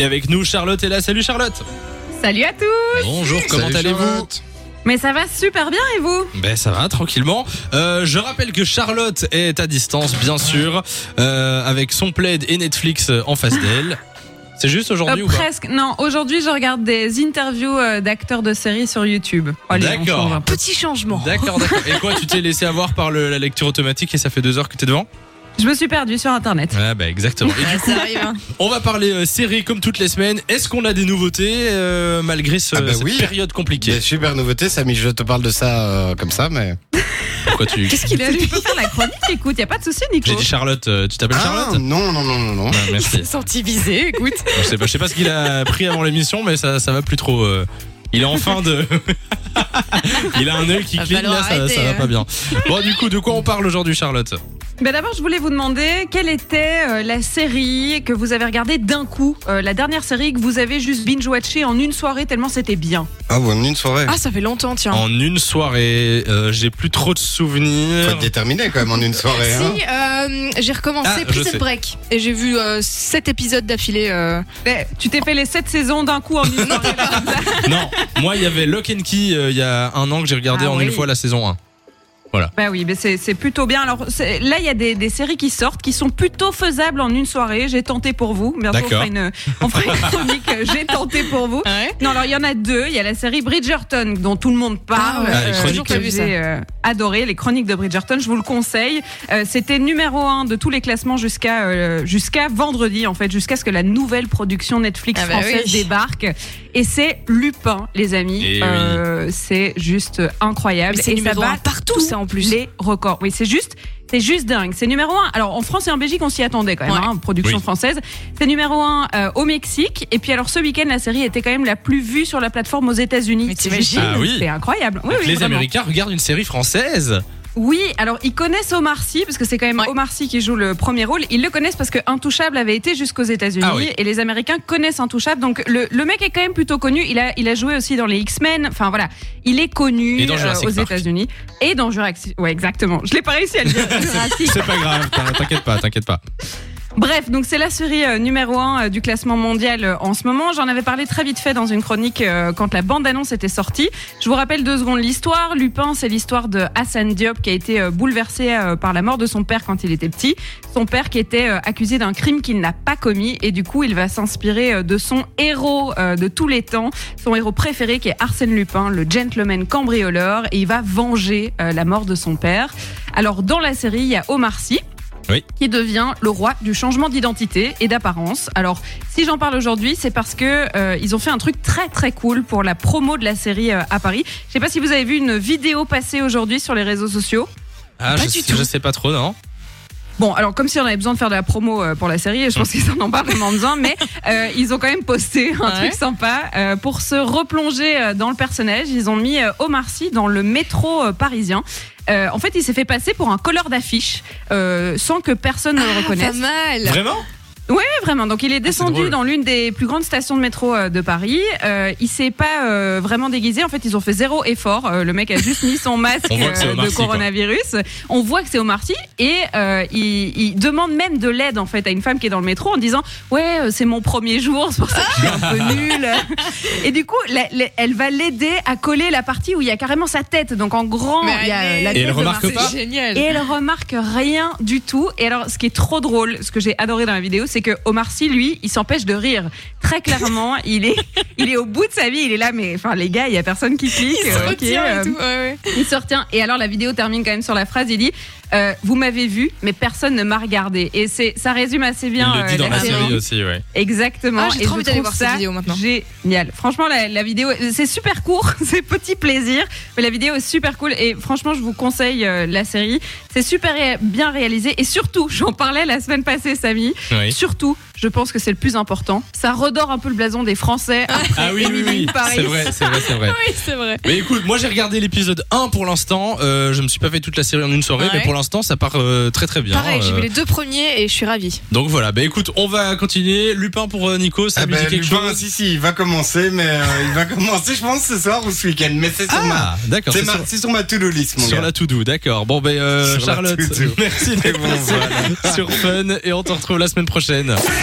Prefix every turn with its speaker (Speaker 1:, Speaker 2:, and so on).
Speaker 1: Et avec nous, Charlotte est là. Salut Charlotte
Speaker 2: Salut à tous
Speaker 1: Bonjour, comment
Speaker 3: Salut,
Speaker 1: allez-vous
Speaker 3: Charlotte.
Speaker 2: Mais ça va super bien et vous
Speaker 1: Ben ça va, tranquillement. Euh, je rappelle que Charlotte est à distance, bien sûr, euh, avec son plaid et Netflix euh, en face d'elle. C'est juste aujourd'hui
Speaker 2: Euh,
Speaker 1: ou pas
Speaker 2: Presque. Non, aujourd'hui je regarde des interviews euh, d'acteurs de séries sur YouTube. Oh, Allez, on
Speaker 1: D'accord.
Speaker 2: change un peu.
Speaker 4: Petit changement.
Speaker 1: D'accord, d'accord. Et quoi, tu t'es laissé avoir par le- la lecture automatique et ça fait deux heures que t'es devant
Speaker 2: Je me suis perdue sur Internet.
Speaker 1: Ah bah exactement. Et
Speaker 4: Ah, ça arrive, hein.
Speaker 1: on va parler euh, séries comme toutes les semaines. Est-ce qu'on a des nouveautés euh, malgré ce-
Speaker 3: Ah bah
Speaker 1: cette
Speaker 3: oui.
Speaker 1: période
Speaker 3: Il y a
Speaker 1: compliquée
Speaker 3: une super nouveauté, Samy. Je te parle de ça euh, comme ça, mais.
Speaker 1: Pourquoi tu...
Speaker 4: Qu'est-ce qu'il a
Speaker 2: Mais
Speaker 4: lu
Speaker 2: tu peux faire la chronique, écoute, y a pas de souci Nico.
Speaker 1: J'ai dit Charlotte, euh, tu t'appelles
Speaker 3: Ah,
Speaker 1: Charlotte
Speaker 3: non, non, non, non, non.
Speaker 1: Ah, Merci.
Speaker 4: Senti visé, écoute.
Speaker 1: Je sais pas, je sais pas ce qu'il a pris avant l'émission, mais ça, ça va plus trop. euh, Il est en fin de. Il a un œil qui
Speaker 4: Va
Speaker 1: cligne,
Speaker 4: falloir
Speaker 1: là, ça,
Speaker 4: arrêter,
Speaker 1: ça va
Speaker 4: hein.
Speaker 1: pas bien. Bon, du coup, de quoi on parle aujourd'hui, Charlotte
Speaker 2: Mais Ben, d'abord je voulais vous demander quelle était euh, la série que vous avez regardée d'un coup, euh, la dernière série que vous avez juste binge-watchée en une soirée tellement c'était bien.
Speaker 3: Ah, vous en une soirée.
Speaker 4: Ah, ça fait longtemps, tiens.
Speaker 1: En une soirée, euh, j'ai plus trop de
Speaker 3: Faut
Speaker 1: souvenirs.
Speaker 3: être déterminé quand même en une soirée. hein.
Speaker 4: Si, euh, j'ai recommencé
Speaker 1: Ah, je
Speaker 4: Prison
Speaker 1: sais.
Speaker 4: Break et j'ai vu 7 épisodes d'affilée. euh.
Speaker 2: Eh, tu t'es fait les 7 saisons d'un coup en une soirée.
Speaker 1: Non, moi, il y avait Lock and Key euh, il y a un an que j'ai regardé
Speaker 2: Ah
Speaker 1: en une
Speaker 2: oui.
Speaker 1: fois la saison 1.
Speaker 2: Bah oui, mais c'est c'est plutôt bien. Alors c'est- là, il y a des, des séries qui sortent qui sont plutôt faisables en une soirée. J'ai tenté pour vous. Bientôt, on
Speaker 1: D'accord.
Speaker 2: fera une, on fera une chronique. euh, J'ai tenté pour vous. Non, alors il y en a deux. Il y a la série Bridgerton dont tout le monde parle.
Speaker 4: Ah ouais,
Speaker 1: Ah, les chroniques.
Speaker 2: toujours que
Speaker 4: J'ai vu ça.
Speaker 2: j'ai euh, adoré les chroniques de Bridgerton. Je vous le conseille. Euh, C'était numéro un de tous les classements jusqu'à euh, jusqu'à vendredi en fait, jusqu'à ce que la nouvelle production Netflix
Speaker 4: Ah bah
Speaker 2: française
Speaker 4: oui.
Speaker 2: débarque. Et c'est Lupin, les amis.
Speaker 1: Et Eh oui.
Speaker 2: Euh, C'est juste incroyable.
Speaker 4: Ah, Mais c'est
Speaker 2: Et ça
Speaker 4: numéro
Speaker 2: bat
Speaker 4: un partout,
Speaker 2: tous
Speaker 4: ça, en plus.
Speaker 2: les records. Oui, c'est juste, c'est juste dingue. C'est numéro un. Alors en France et en Belgique, on s'y attendait quand même.
Speaker 4: Ouais.
Speaker 2: hein, production
Speaker 1: Oui.
Speaker 2: française. C'est numéro un euh, au Mexique. Et puis alors ce week-end, la série était quand même la plus vue sur la plateforme aux États-Unis.
Speaker 4: Mais
Speaker 2: C'est juste-
Speaker 1: t'imagines Ah oui.
Speaker 2: C'est incroyable. Oui, oui,
Speaker 1: les
Speaker 2: vraiment.
Speaker 1: Américains regardent une série française.
Speaker 2: Oui, alors ils connaissent Omar Sy parce que c'est quand même
Speaker 4: Ouais.
Speaker 2: Omar Sy qui joue le premier rôle. Ils le connaissent parce que Intouchable avait été jusqu'aux États-Unis
Speaker 1: Ah oui.
Speaker 2: et les Américains connaissent Intouchable. Donc le, le mec est quand même plutôt connu. Il a il a joué aussi dans les X-Men. Enfin voilà, il est connu euh,
Speaker 1: Et dans Jurassic
Speaker 2: aux
Speaker 1: Park.
Speaker 2: États-Unis et dans Jurassic. Ouais, exactement. Je l'ai pas réussi à le dire. Jurassic
Speaker 1: C'est pas grave, t'in- t'inquiète pas, t'inquiète pas.
Speaker 2: Bref, donc c'est la série euh, numéro 1 du classement mondial euh, en ce moment. J'en avais parlé très vite fait dans une chronique euh, quand la bande-annonce était sortie. Je vous rappelle deux secondes l'histoire. Lupin, c'est l'histoire de Hassan Diop qui a été euh, bouleversé euh, par la mort de son père quand il était petit. Son père qui était euh, accusé d'un crime qu'il n'a pas commis et du coup il va s'inspirer euh, de son héros euh, de tous les temps, son héros préféré qui est Arsène Lupin, le gentleman cambrioleur et il va venger euh, la mort de son père. Alors dans la série, il y a Omar Sy qui devient le roi du changement d'identité et d'apparence. Alors, si j'en parle aujourd'hui, c'est parce que euh, ils ont fait un truc très très cool pour la promo de la série euh, à Paris. Je sais pas si vous avez vu une vidéo passer aujourd'hui sur les réseaux sociaux.
Speaker 1: Ah,
Speaker 4: Pas
Speaker 1: je,
Speaker 4: du
Speaker 1: sais-
Speaker 4: tout.
Speaker 1: je sais pas trop, non
Speaker 2: Bon, alors comme si on avait besoin de faire de la promo euh, pour la série, et je pense qu'ils en ont pas vraiment besoin, mais euh, ils ont quand même posté un
Speaker 4: Ouais.
Speaker 2: truc sympa euh, pour se replonger euh, dans le personnage. Ils ont mis euh, Omar Sy dans le métro euh, parisien. Euh, en fait, il s'est fait passer pour un colleur d'affiche euh, sans que personne ne le
Speaker 4: Pas
Speaker 2: reconnaisse.
Speaker 4: mal.
Speaker 1: Vraiment
Speaker 2: Ouais, vraiment. Donc il est descendu
Speaker 1: Ah, drôle.
Speaker 2: dans l'une des plus grandes stations de métro euh, de Paris. Euh, il s'est pas euh, vraiment déguisé. En fait, ils ont fait zéro effort. Euh, le mec a juste mis son masque
Speaker 1: On voit que c'est
Speaker 2: euh,
Speaker 1: Omar
Speaker 2: de
Speaker 1: Sy, quoi.
Speaker 2: coronavirus. On voit que c'est Omar Sy et euh, il, il demande même de l'aide en fait à une femme qui est dans le métro en disant ouais euh, c'est mon premier jour, c'est pour ça que je suis un
Speaker 1: Ah
Speaker 2: peu nulle. Et du coup, la- la- elle va l'aider à coller la partie où il y a carrément sa tête. Donc en grand,
Speaker 4: Mais
Speaker 2: il y a euh,
Speaker 4: allez. euh,
Speaker 2: la
Speaker 1: Et
Speaker 2: tête
Speaker 1: elle
Speaker 2: de
Speaker 1: remarque
Speaker 2: Marcy.
Speaker 1: pas
Speaker 4: C'est génial.
Speaker 2: Et elle remarque rien du tout. Et alors, ce qui est trop drôle, ce que j'ai adoré dans la vidéo, c'est que Omar Sy, lui, il s'empêche de rire. Très clairement, il est, il est au bout de sa vie. Il est là, mais enfin, les gars, il y a personne qui clique.
Speaker 4: Il se
Speaker 2: euh, ok,
Speaker 4: retient et
Speaker 2: euh,
Speaker 4: tout. ouais, ouais.
Speaker 2: il se retient. Et alors, la vidéo termine quand même sur la phrase. Il dit euh, Vous m'avez vu, mais personne ne m'a regardé. Et c'est, ça résume assez bien.
Speaker 1: Il le dit
Speaker 2: euh,
Speaker 1: dans la
Speaker 4: la
Speaker 1: série
Speaker 4: série.
Speaker 1: aussi, ouais.
Speaker 2: Exactement.
Speaker 4: Ah, j'ai
Speaker 2: et
Speaker 4: trop
Speaker 2: je
Speaker 4: envie d'aller
Speaker 2: trouve
Speaker 4: voir cette
Speaker 2: ça
Speaker 4: vidéo maintenant.
Speaker 2: Génial. Franchement, la, la vidéo, c'est super court, c'est petit plaisir, mais la vidéo est super cool et franchement, je vous conseille euh, la série. C'est super ré- bien réalisé et surtout, j'en parlais la semaine passée, Samy.
Speaker 1: Oui.
Speaker 2: Surtout, je pense que c'est le plus important. Ça redore un peu le blason des Français.
Speaker 1: Ah oui, oui, oui.
Speaker 2: Paris.
Speaker 1: C'est vrai, c'est vrai, c'est vrai.
Speaker 4: Oui, c'est vrai.
Speaker 1: Mais écoute, moi j'ai regardé l'épisode 1 pour l'instant. Euh, je me suis pas fait toute la série en une soirée,
Speaker 4: Ouais.
Speaker 1: mais pour l'instant ça part euh, très très bien.
Speaker 4: Pareil, j'ai
Speaker 1: Euh,
Speaker 4: vu les deux premiers et je suis ravie.
Speaker 1: Donc voilà, bah écoute, on va continuer. Lupin pour euh, Nico, ça
Speaker 3: Ah
Speaker 1: lui dit
Speaker 3: ben,
Speaker 1: quelque
Speaker 3: Lupin,
Speaker 1: chose
Speaker 3: si, si, il va commencer, mais euh, il va commencer, je pense, ce soir ou ce week-end. Mais c'est sur ma.
Speaker 1: Ah, d'accord.
Speaker 3: C'est
Speaker 1: c'est
Speaker 3: ma-
Speaker 1: sur-
Speaker 3: c'est sur ma to-do list, mon
Speaker 1: Sur
Speaker 3: gars.
Speaker 1: la to do, d'accord. Bon, ben euh,
Speaker 3: Sur la
Speaker 1: Charlotte,
Speaker 3: to-do.
Speaker 1: merci
Speaker 3: Et
Speaker 1: d'être
Speaker 3: bon,
Speaker 1: passée sur Fun et on te retrouve la semaine prochaine.